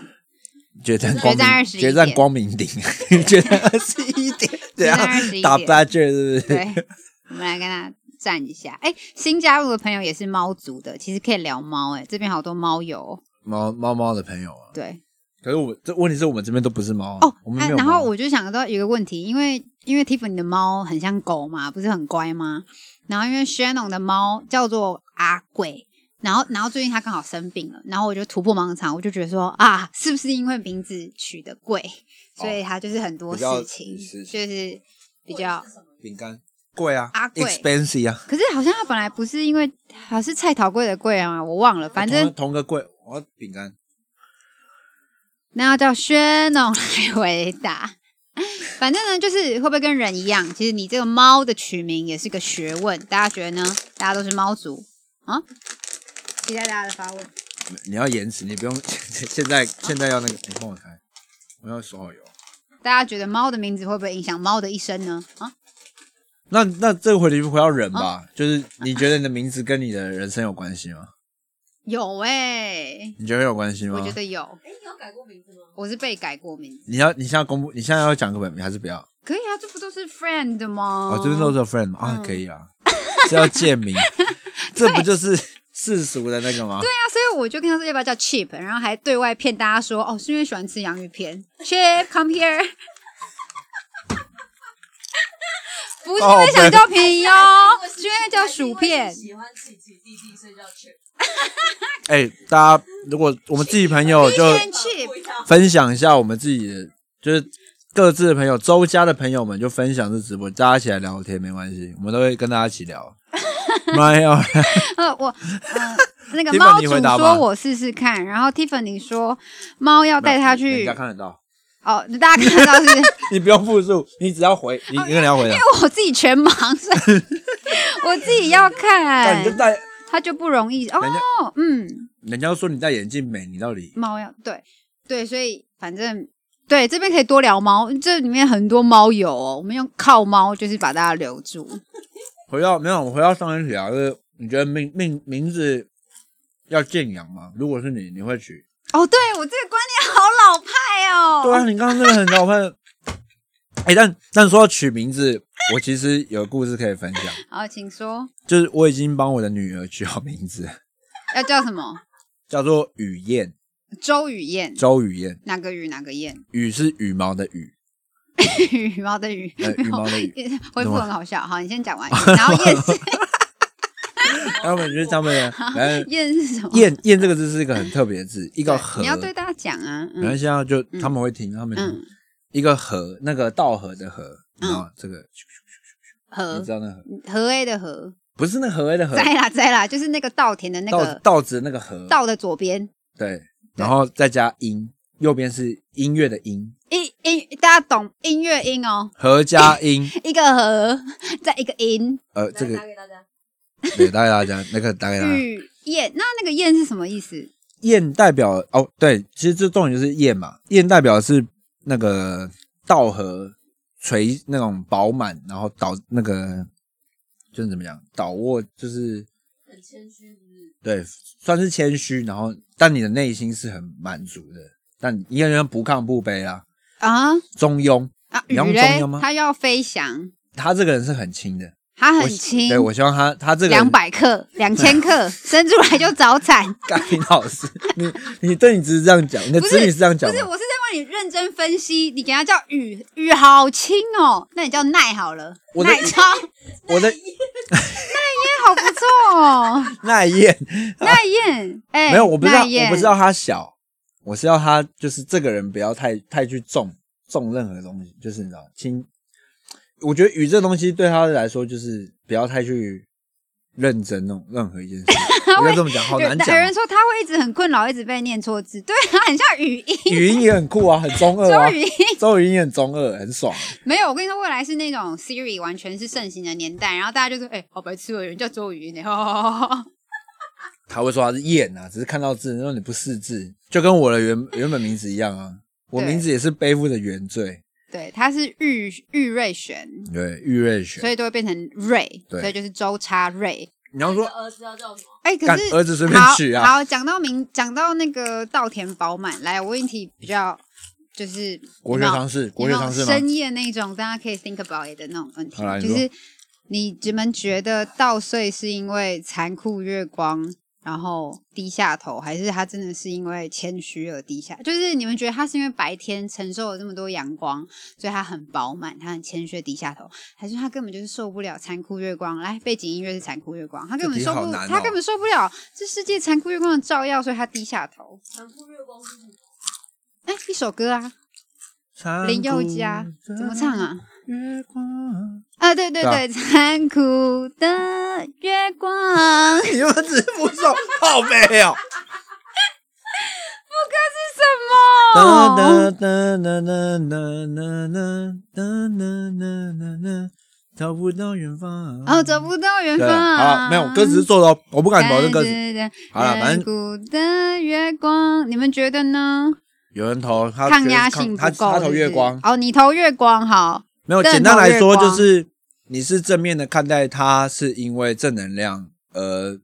决战光
决战
明，
21
决战光明顶， 决战二十一点， 对
决战
啊
21，点
打 b a d g e r 是不是？
对，我们来跟他战一下。哎、新加入的朋友也是猫族的，其实可以聊猫、哎，这边好多猫友哦。
猫猫猫的朋友啊，
对，
可是我这问题是我们这边都不是猫啊
哦
我，们
哎、
没有猫。
然后我就想到一个问题，因为因为 Tiffany 的猫很像狗嘛，不是很乖吗？然后因为 Shannon 的猫叫做阿贵，然后然后最近它刚好生病了，然后我就突破盲肠，我就觉得说啊，是不是因为名字取的贵，所以它就是很多
哦比较
事情，
是
就是比较。
饼干贵啊，
啊贵
expensive 啊，
可是好像它本来不是因为好像是菜桃贵的贵啊，我忘了，反
同
正
个同个贵，我要饼干
那要叫轩农来回答。反正呢，就是会不会跟人一样？其实你这个猫的取名也是个学问，大家觉得呢？大家都是猫族啊，期待大家的发问。
你要延迟，你不用 现在现在要那个，你帮我开，我要手好油。
大家觉得猫的名字会不会影响猫的一生呢？啊，
那那这个回题回到人
哦
吧，就是你觉得你的名字跟你的人生有关系吗？
有哎、
你觉得有关系吗？
我觉得有。
哎，你有改过名字吗？
我是被改过名字，
你要你现在公布，你现在要讲个本名还是不要？
可以啊，这不都是 friend 的吗？
哦，这边都是 friend 吗？
嗯
啊，可以啊， 这要贱 名，这不就是世俗的那个吗？
对啊，所以我就跟他说要不要叫 Chip，然后还对外骗大家说哦，是因为喜欢吃洋芋片。Chip，come here，不是因为想叫便宜哦，是因为叫薯
还
片
是。因为你喜欢奇奇弟弟，所以叫 Chip。
哎、大家如果我们自己朋友就
Fish and chip
不一样
分享一下我们自己的，就是各自的朋友、周家的朋友们就分享这直播，大家一起来聊天没关系，我们都会跟大家一起 聊。妈呀！
呃，我呃，那个
Tiffany，
猫
你
主
回答吧
说我试试看，然后 Tiffany 说猫要带它
人
去
家。看得到，
哦，大家看得到是不是？
你不用复述，你只要回，你你跟人家回答，
哦我自己全忙，所以我自己要
但你就
看，
戴，
它就不容易哦
人家。
嗯，
人家说你戴眼镜美，你到底
猫要对对，所以反正对这边可以多聊猫，这里面很多猫友哦。我们用靠猫就是把大家留住。
回到没有？我回到上一题啊，就是你觉得命命名字要敬仰吗？如果是你，你会取？
哦，对我这个观念好老派哦。
对啊，你刚刚真的很老派。 哎、但但说到取名字，我其实有故事可以分享。
好，请说
就是我已经帮我的女儿取好名字，
要叫什么？
叫做雨燕，
周雨燕，
周雨燕，
哪个雨哪个燕？
雨是羽毛的羽，
羽毛的羽，
呃，羽毛的羽。
回
怎
复
么
很好笑。好，你先 讲完。然后燕是 Oh
他们就是他们 的，反正
燕是什么？
燕燕这个字是一个很特别的字，一
一
个河
你。要对大家讲啊。
没关
嗯
系啊，就他们会听，他们
嗯
听，一个河，那个道河的河，
嗯
然后这个你
和
知道那河
和 A 的和，
不是那河 A 的河，
栽啦栽啦，就是那个稻田的那
稻
个
稻子那个河，
稻的左边。
对，然后再加音，右边是音乐的音，
音音，大家懂音乐音哦，
合加 音，
一个和，再一个音，
呃，这
来打
个
给大家。
对，大概大家那个大概大家。
雨燕。那那个燕是什么意思？
燕代表哦，对，其实这重点就是燕嘛，燕代表是那个稻禾垂那种饱满，然后倒那个就是怎么讲，倒卧就是
很谦虚，是不是？
对，算是谦虚，然后但你的内心是很满足的，但一个人不亢不卑啊，
啊
中庸。
啊，
你
雨
要用中
嘞
药吗，
它要飞翔，
他这个人是很轻的，
它
我
很
希
轻，
对我希望他他这个人
两百克、两 千克，生出来就早产。
干林老 师，你你对你只是这样讲，你的
不
子
是
女是这样
不
讲
是，
吗？
我是在帮你认真分析。你给它叫雨，雨好轻哦，那你叫奈好了，
我的
奈超，哎，
我的
好不错哦，
那一页
奈燕，哎，
没有，我不知道，
奈燕
我不知道他小，我是要他就是这个人不要太太去重重任何东西，就是你知道轻。我觉得雨这东西对他来说就是不要太去认真弄任何一件事， 我不要这么讲，好
有
难讲啊
有。人说他会一直很困扰，一直被念错字，对啊，很像语音。
语音也很酷啊，很中二啊
周，雨音
周雨音也很中二，很爽。
没有，我跟你说，未来是那种 Siri 完全是盛行的年代，然后大家就说，哎、好白痴哦，有人叫周语音呢，
他会说他是燕啊，只是看到字，然后你不识字，就跟我的原原本名字一样啊。我
对
名字也是背负着原罪，
对，他是玉玉瑞璇，
对，玉瑞雪
所。以都会变成瑞，
对
所以就是周叉瑞。
你要
你
说
的儿子要叫什么？
哎、
干
可是
儿子随便取啊
好，好，讲到名，讲到那个稻田饱满，来，我问题比较就是
国学常识，国学常识
有
吗
没有？深夜那种大家可以 think about it 的那种问题
好来，你
就
说
是你你们觉得稻穗是因为残酷月光然后低下头，还是他真的是因为谦虚而低下？就是你们觉得他是因为白天承受了这么多阳光，所以他很饱满，他很谦虚地低下头，还是他根本就是受不了残酷月光？来，背景音乐是残酷月光，他根本
这题
受不，
好难哦
他根本受不了这世界残酷月光的照耀，所以他低下头。
全部月光是什么？
哎，一首歌啊，林宥嘉怎么唱？啊？
月光，
啊，对
对
对
啊
对，残酷的月光是
你们只是不送好没有？
什
哒
么？
哒哒哒哒哒哒哒哒哒哒哒，找不到远方。
哦，找不到远
对
方。哎
啊，好，没有歌词是做的哦，我不敢保证歌词。
词。
好啦反正
残酷的月光，你们觉得呢？
有人投他觉
抗
得
压
抗
性不
他
够，
他投
是不
月
是
光，
哦，你投月光好，
没有，
对
简单来说
投月
就
光
是你是正面的看待他，是因为正能量，呃，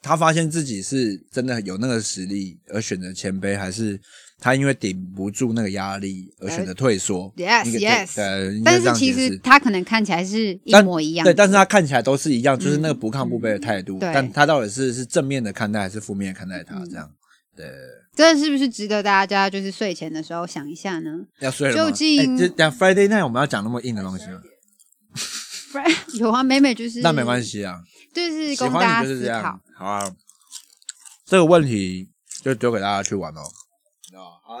他发现自己是真的有那个实力而选择谦卑，还是他因为顶不住那个压力而选择退缩
Yes,
你可
yes
对，应该
但
这
是
样解
其实
释。
他可能看起来是一
但
模一样的。
对，但是他看起来都是一样，就是那个
嗯
不亢不卑的态度。
嗯对
但他到底是是正面的看待，还是负面的看待他？这样，对，
这是不是值得大家就是睡前的时候想一下呢？
要睡了吗？
究竟
哎这讲 Friday night 我们要讲那么硬的东西吗？
不然有啊，美美就是
那没关，系啊，
就是
喜
供大
欢
家
你就是
思
这
考
样。。好啊，这个问题就丢给大家去玩哦。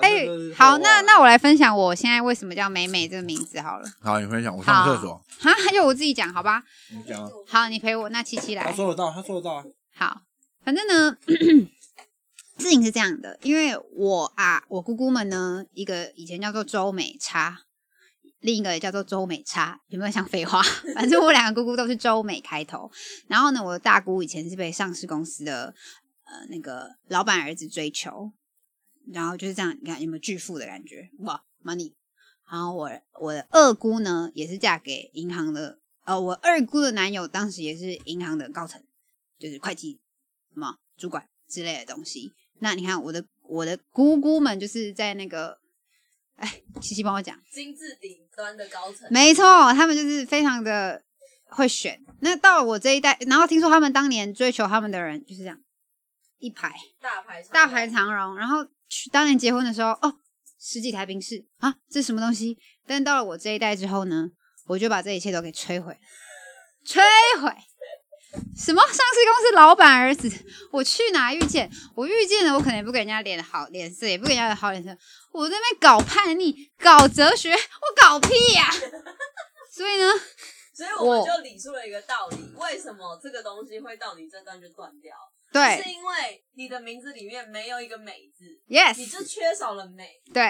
哎、好，那那我来分享我现在为什么叫美美这个名字好了。
好，你分享，我上个厕所，
哈，还有我自己讲好吧？
你讲啊。
好，你陪我。那七七来，
得到，他说得到啊。
好，反正呢，事情是这样的，因为我啊，我姑姑们呢，一个以前叫做周美差，另一个也叫做周美差，有没有像废话？ 反正我两个姑姑都是周美开头。然后呢，我的大姑以前是被上市公司的呃那个老板儿子追求，然后就是这样，你看有没有巨富的感觉？哇，money。然后我我的二姑呢，也是嫁给银行的，呃，我二姑的男友当时也是银行的高层，就是会计、什么主管之类的东西。那你看我的我的姑姑们就是在那个，哎，琪琪帮我讲，
金字顶端的高层，
没错，他们就是非常的会选。那到了我这一代，然后听说他们当年追求他们的人就是这样一排，
大排长
大排长龙。然后去当年结婚的时候，哦，十几台宾士啊，这是什么东西？但到了我这一代之后呢，我就把这一切都给摧毁，摧毁。什么上市公司老板儿子？我去哪遇见？我遇见了，我可能也不给人家脸好脸色，也不给人家有好脸色。我在那边搞叛逆，搞哲学，我搞屁呀、 所以呢，
所以我们
我
就理出了一个道理：为什么这个东西会到你这段就断掉？
对
是因为你的名字里面没有一个美字，
，yes，
你就缺少了美。
对，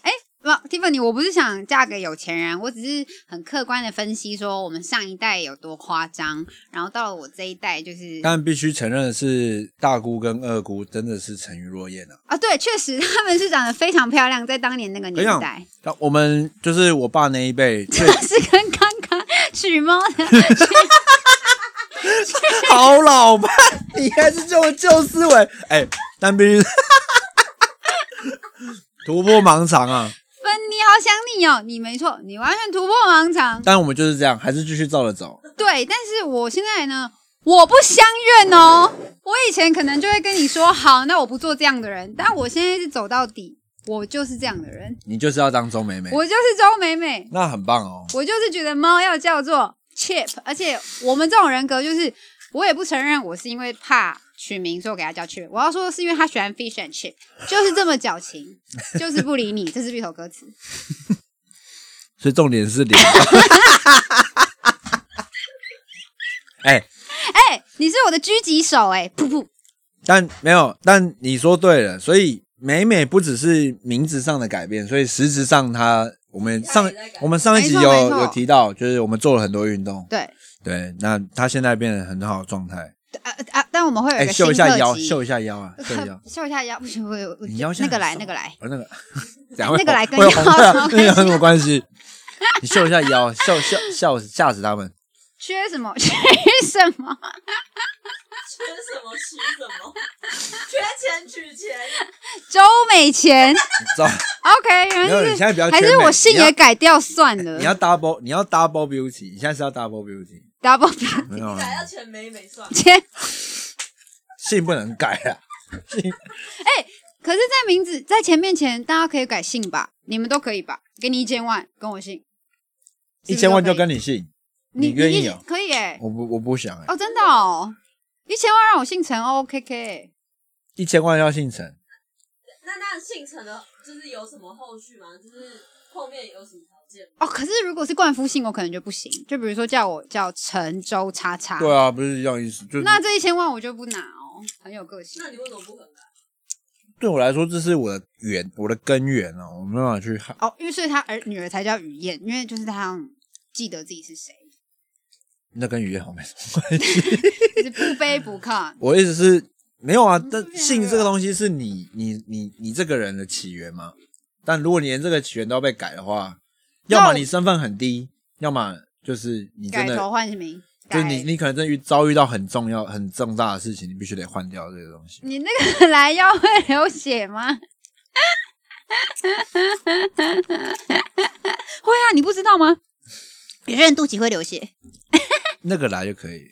哎，不，Tiffany，我不是想嫁给有钱人，我只是很客观的分析说我们上一代有多夸张，然后到了我这一代就是
但必须承认的是，大姑跟二姑真的是沉鱼落雁啊。
啊，对，确实 他们是长得非常漂亮，在当年那个年
怎
代
样，那我们就是我爸那一 辈，确
但是跟刚刚 许猫的
好老派，你还是这种旧思维，哎、但必须 突破盲肠啊！
芬妮好想你哦，你没错，你完全突破盲肠。
但我们就是这样，还是继续照着走。
对，但是我现在呢，我不相怨哦。我以前可能就会跟你说，好，那我不做这样的人，但我现在是走到底，我就是这样的人，
你就是要当周美美，
我就是周美美，
那很棒哦。
我就是觉得猫要叫做 Chip，而且我们这种人格就是，我也不承认我是因为怕取名所以我给他叫 Chip，我要说的是因为他喜欢 Fish and Chip，就是这么 矫情，就是不理你，这是一首歌词。
所以重点是 脸。哎、
哎、你是我的狙击手哎、噗噗，
但没有，但你说对了，所以美美不只是名字上的改变，所以实质上她我们
她也
上
在改变
我们上一集有
没错没错
有提到，就是我们做了很多运动，
对。
对，那她现在变得很好的状态，
啊啊！但我们会有
哎、
一个新
秀
特
一
辑，，
下腰，秀一下腰啊，秀一下腰
秀一下腰，不行，我我
你腰现
那
在
个
很瘦
来，那个来，
我哦 那个等下会
那个来
红
跟
会
腰
红对啊
有
那
什么
个有什么
关系
关系？你秀一下腰，秀秀笑吓死他们，
缺什么？ 缺什么？
缺什么取什么，缺钱取钱，
周美钱
你 知道？
，OK，原
没有，你
来
现在
是
不要
还
圈
是
美
我姓
你要
也改掉算
你要
了
double，你要 double beauty，你现在是要 double beauty，
，double 标
没有啊了，
你改要钱美美算。
签。
姓不能改啊。
可是，在名字在前面前，大家可以改姓吧？你们都可以吧？给你一千万，跟我姓，
一千万就跟
你
你姓，
你
愿意
一
哦？
可以哎、
我不，我不想哎、
哦，真的哦，一千万让我姓陈，OK 哦 K，、
一千万要姓陈，
那那姓陈的，就是有什么后续吗？就是后面有什么条件吗？
哦，可是如果是冠夫姓，我可能就不行。就比如说叫我叫陈周叉叉，
对啊，不是一样意思。就
那这一千万我就不拿哦，很有个性
那。你为什么不肯改？
对我来说，这是我的源，我的根源哦，我没办法去害。
哦，因为所以他儿女儿才叫雨燕，因为就是他要记得自己是谁，
那跟语言好没什么关系。。
就是不卑不亢
我意思是，没有啊，但
这样
姓这个东西是你、你、你、你这个人的起源嘛。但如果你连这个起源都要被改的话，
那
要么
我
你身份很低，要么就是你 真
改
的
头换名，
就是
改
你，你可能真遇遭遇到很重要、很重大的事情，你必须得换掉这个东西。
你那个来要会流血吗？ 会啊，你不知道吗？有些人肚脐会流血，
那个来就可以，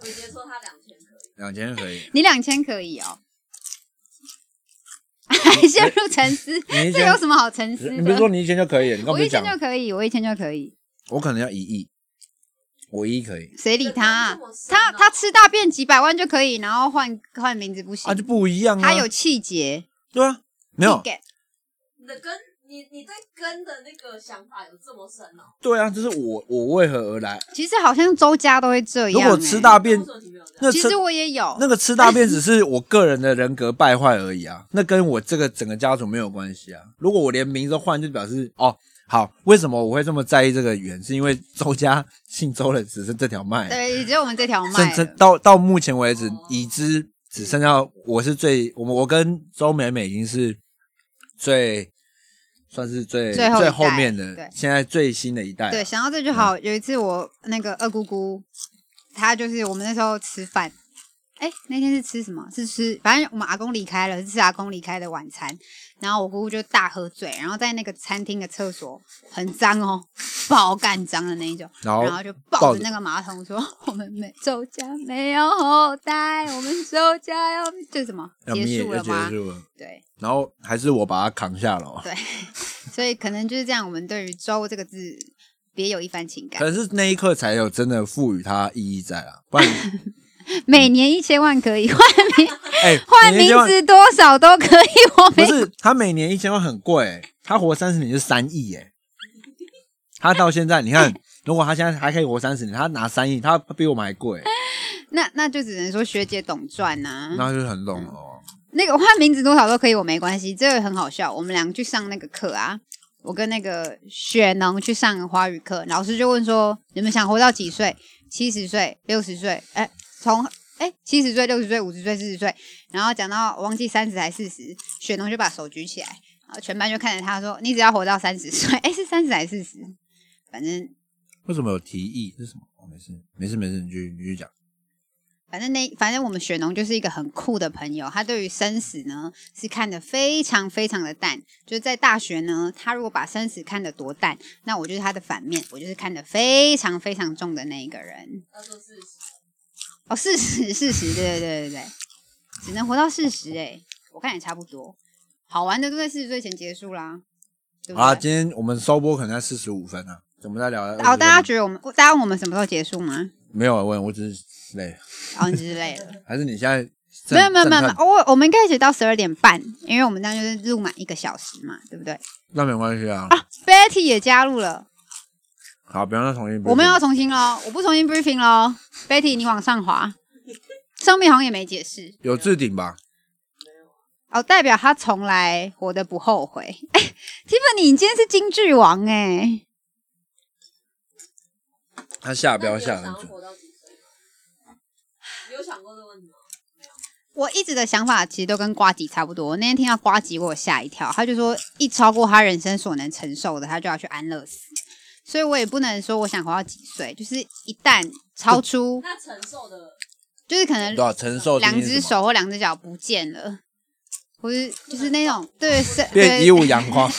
我直接说他两千可以，
两千就可 以。
你两千可以 哦。还陷入沉思，
你一
这有
千，
什么好沉思的？
你不是说你一千就可以了？你刚
我
不是
一
讲
天，就可以，我一天就可以，
我可能要一亿，我一亿可以
谁理他啊、
这么深哦
他他吃大便几百万就可以，然后换换名字不行。
啊，就不一样啊。
他有气节，
对啊，没有
Ticket
你的根，你你对根的那个想法有这么深哦？
对啊，这是我我为何而来？
其实好像周家都会这样、
如果
欸
吃大
那
便
为，什么你没有这样？
那
其
吃
实我也有
那个吃大便只是我个人的人格败坏而已啊，那跟我这个整个家族没有关系啊。如果我连名字都换，就表示哦。好，为什么我会这么在意这个缘？是因为周家姓周的只剩这条脉，
对，也只有我们这条
剩
脉
剩
了。
到到目前为止，已知只剩下我是最我们我跟周美美已经是最算是最
最后一代
最后面的
对，
现在最新的一代啊。
对，想到这就好。有一次我那个二姑姑，她就是我们那时候吃饭，哎、那天是吃什么？是吃，反正我们阿公离开了，是吃阿公离开的晚餐。然后我姑姑就大喝醉，然后在那个餐厅的厕所很脏哦， 爆干脏的那一种。
然后
然后就抱着那个马桶说：“我们没周家没有后代，我们周家要这什么
要
结
灭
束
就
了
结
吗？”
束了，
对，
然后还是我把它扛下哦楼。
对 所以可能就是这样。我们对于“周”这个字别有一番情感。
可是那一刻才有真的赋予它意义在啊， 不然
每年一千万可以换名，
哎，
换
你那
名
千万
字多少都可以。我
不
没
是他每年一千万很贵、欸，他活三十年是三亿哎，他到现在你 看，如果他现在还可以活三十年，他拿三亿，他比我们还贵欸、
那那就只能说学姐懂赚呐、啊
那就很懂了哦。
那个换名字多少都可以，我没关系。这个很好笑，我们俩去上那个课啊，我跟那个雪农去上华语课，老师就问说：你们想活到几岁？七十岁、六十岁？哎、从哎七十岁、六十岁、五十岁、四十岁，然后讲到忘记三十还四十，雪农就把手举起来，然后全班就看着他说：你只要活到三十岁，哎、是三十还是四十？反正
为什么有提议？这是什么？哦，没事，没事，没事，你继续，你继续讲。
反正那反正我们雪农就是一个很酷的朋友，他对于生死呢是看得非常非常的淡。就是在大学呢，他如果把生死看得多淡，那我就是他的反面，我就是看得非常非常重的那一个人。
要做事实。
哦，四十，四十，对对对对对，只能活到四十哎，我看也差不多。好玩的都在四十岁前结束啦，对不
好啦，
对？
今天我们收播可能在四十五分啊，我们再聊。
哦，大家觉得我们，大家问我们什么时候结束吗？
没有问，我只是累了，
哦，你之类的。
还是你现在正
没有没有没有，没
正
有
看
我我们应该一直到十二点半，因为我们这样就是录满一个小时嘛，对不对？
那没关系啊。
啊，Betty 也加入了，
好，不要再重新。
我们要重新喽，我不重新 briefing 喽，Betty 你往上滑，上面好像也没解释
有置顶吧？
哦，代表他从来活得不后悔。哎、t i f f a n y 你今天是金句王哎、
他下
那
标
你有
下
想
很
要
准。
活到几岁吗？你有想过这个问题吗？
我一直的想法其实都跟瓜吉差不多。那天听到瓜吉，我有吓一跳。他就说，一超过他人生所能承受的，他就要去安乐死。所以我也不能说我想活到几岁，就是一旦超出，
那承受的
就是可能
对啊，承受
两
定义是
只
什么
手或两只脚不见了，或是就是那种对是
变
对
一物阳 光，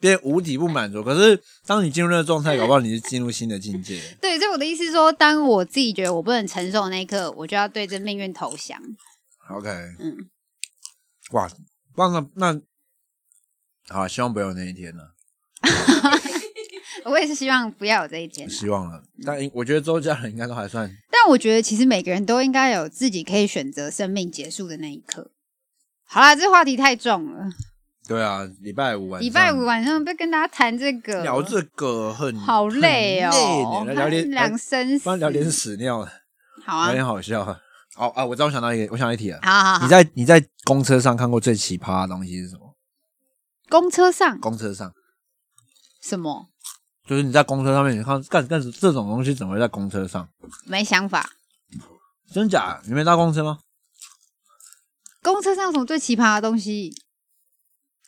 变无底不满足。可是当你进入那个状态，搞不好你是进入新的境界。
对，所以我的意思是说，当我自己觉得我不能承受的那一刻，我就要对这命运投降。
OK，
嗯，
哇，那那那好，希望不要有那一天了，
我也是希望不要有这一天啊、
希望了。但应我觉得周家人应该都还算
但我觉得其实每个人都应该有自己可以选择生命结束的那一刻。好啦，这话题太重了。
对啊。礼拜五晚上，
礼拜五晚上不要跟大家谈这个，
聊这个很
好累哦，
很累呢，聊点哎
两生
不
死，
然聊 点屎尿了，
好
聊
啊，
点好笑的。哦啊，我知道，我想到一个，我想到一题了。
好好
你
好。
在你在公车上看过最奇葩的东西是什么？
公车上
公车上。
什么
就是你在公车上面，你看干干这种东西怎么会在公车上？
没想法？
真假？你没搭公车吗？
公车上有什么最奇葩的东西？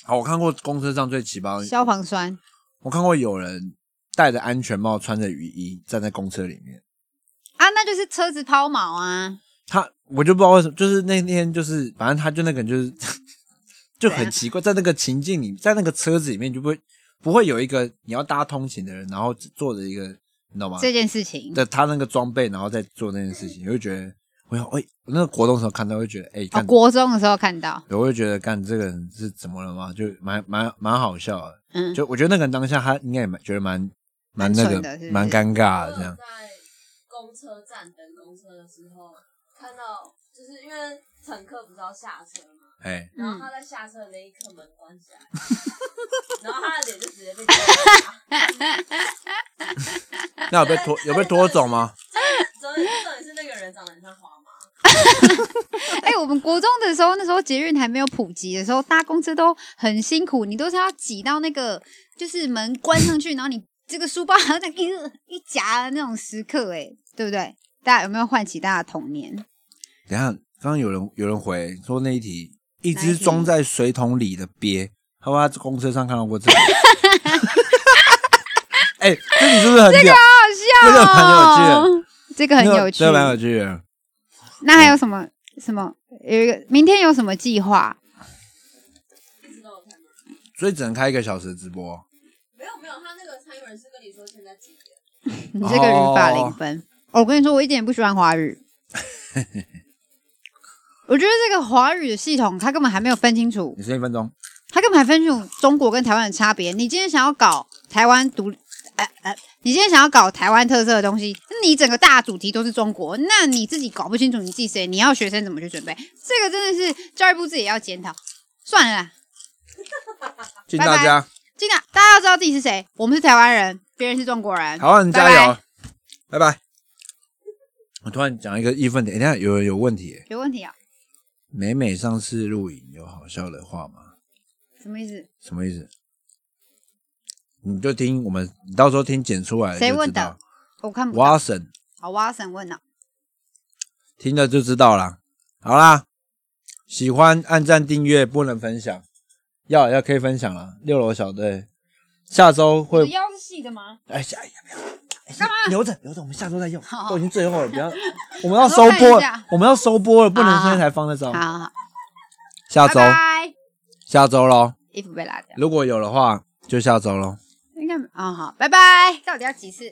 好，我看过公车上最奇葩的，
消防栓，
我看过有人戴着安全帽，穿着雨衣站在公车里面。
啊，那就是车子抛锚啊！
他我就不知道为什么，就是那天就是反正他就那个人就是 就很奇怪，在那个情境里，在那个车子里面，你就不会不会有一个你要搭通勤的人，然后坐着一个，你懂吗？
这件事情，哦
的他那个装备，然后再做那件事情，我就觉得，我想，哎、我那个活动的时候看到，我就觉得，哎、
哦，
干
国中的时候看到，
对我就觉得干这个人是怎么了吗？就蛮蛮蛮好笑的。
嗯，
就我觉得那个人当下他应该也蛮觉得蛮蛮那
蛮蠢的是
个
不是
蛮尴尬
我
的啊
有
这样。
在公车站等公车的时候，看到就是因为乘客不是要下车嘛，
哎，
然后
嗯
他在下车的那一刻门关起来， 然后他的脸就直接被 打，
那有被拖有被拖走吗？
重点重点是那个人长得很像花妈，
哎、我们国中的时候，那时候捷运还没有普及的时候，搭公车都很辛苦，你都是要挤到那个就是门关上去，然后你这个书包还要再一一夹的那种时刻、哎， 对不对？大家有没有唤起大家的童年？
等一下，刚刚有人有人回说那一题，一
哪一
只
题
装在水桶里的鳖，他说他在公车上看到过这个。 哎，这你是不是很屌？
好哦
这个蛮有趣
这个很
那个
有趣，
这个蛮有趣的。
那还有什么什么？有一个明天有什么计划？
不知道我看吗？
所以只能开一个小时直播。
没有没有，他那个 timer 是跟你说现在几点，
你这个语法零
哦
分。哦我跟你说，我一点也不喜欢华语。我觉得这个华语的系统，它根本还没有分清楚
你剩一分钟，
他根本还分清楚中国跟台湾的差别。你今天想要搞台湾独，呃呃，你今天想要搞台湾特色的东西，你整个大主题都是中国，那你自己搞不清楚你自己谁，你要学生怎么去准备？这个真的是教育部自己也要检讨。算了啦，
敬
拜拜
大家，
尽量大家要知道自己是谁，我们是台湾人，别人是中国人。
好，啊你加
拜
油，拜拜。我突然讲一个义愤的，哎等一下有有问题耶。
有问题啊？
每每上次录影有好笑的话吗？
什么意思？
什么意思？你就听我们，你到时候听剪出来
谁
就
问
知
的
道。
我看不到。
Watson
好，蛙神问啊了，
听了就知道啦。好啦，喜欢按赞订阅，不能分享，要要可以分享啦。六楼小队下周会
你，腰是细的吗？
哎下哎呀，不要，哎留着留着，我们下周再用
好，好
都已经最后了，不要， 我们要
我
收
看一
播
下
了，我们要收播了，不能
好好
现在才放那张
好，好好，
下
拜
周
拜。
下周喽，
衣服被拉掉，
如果有的话就下周喽。
应该没哦好，拜拜。到底要几次？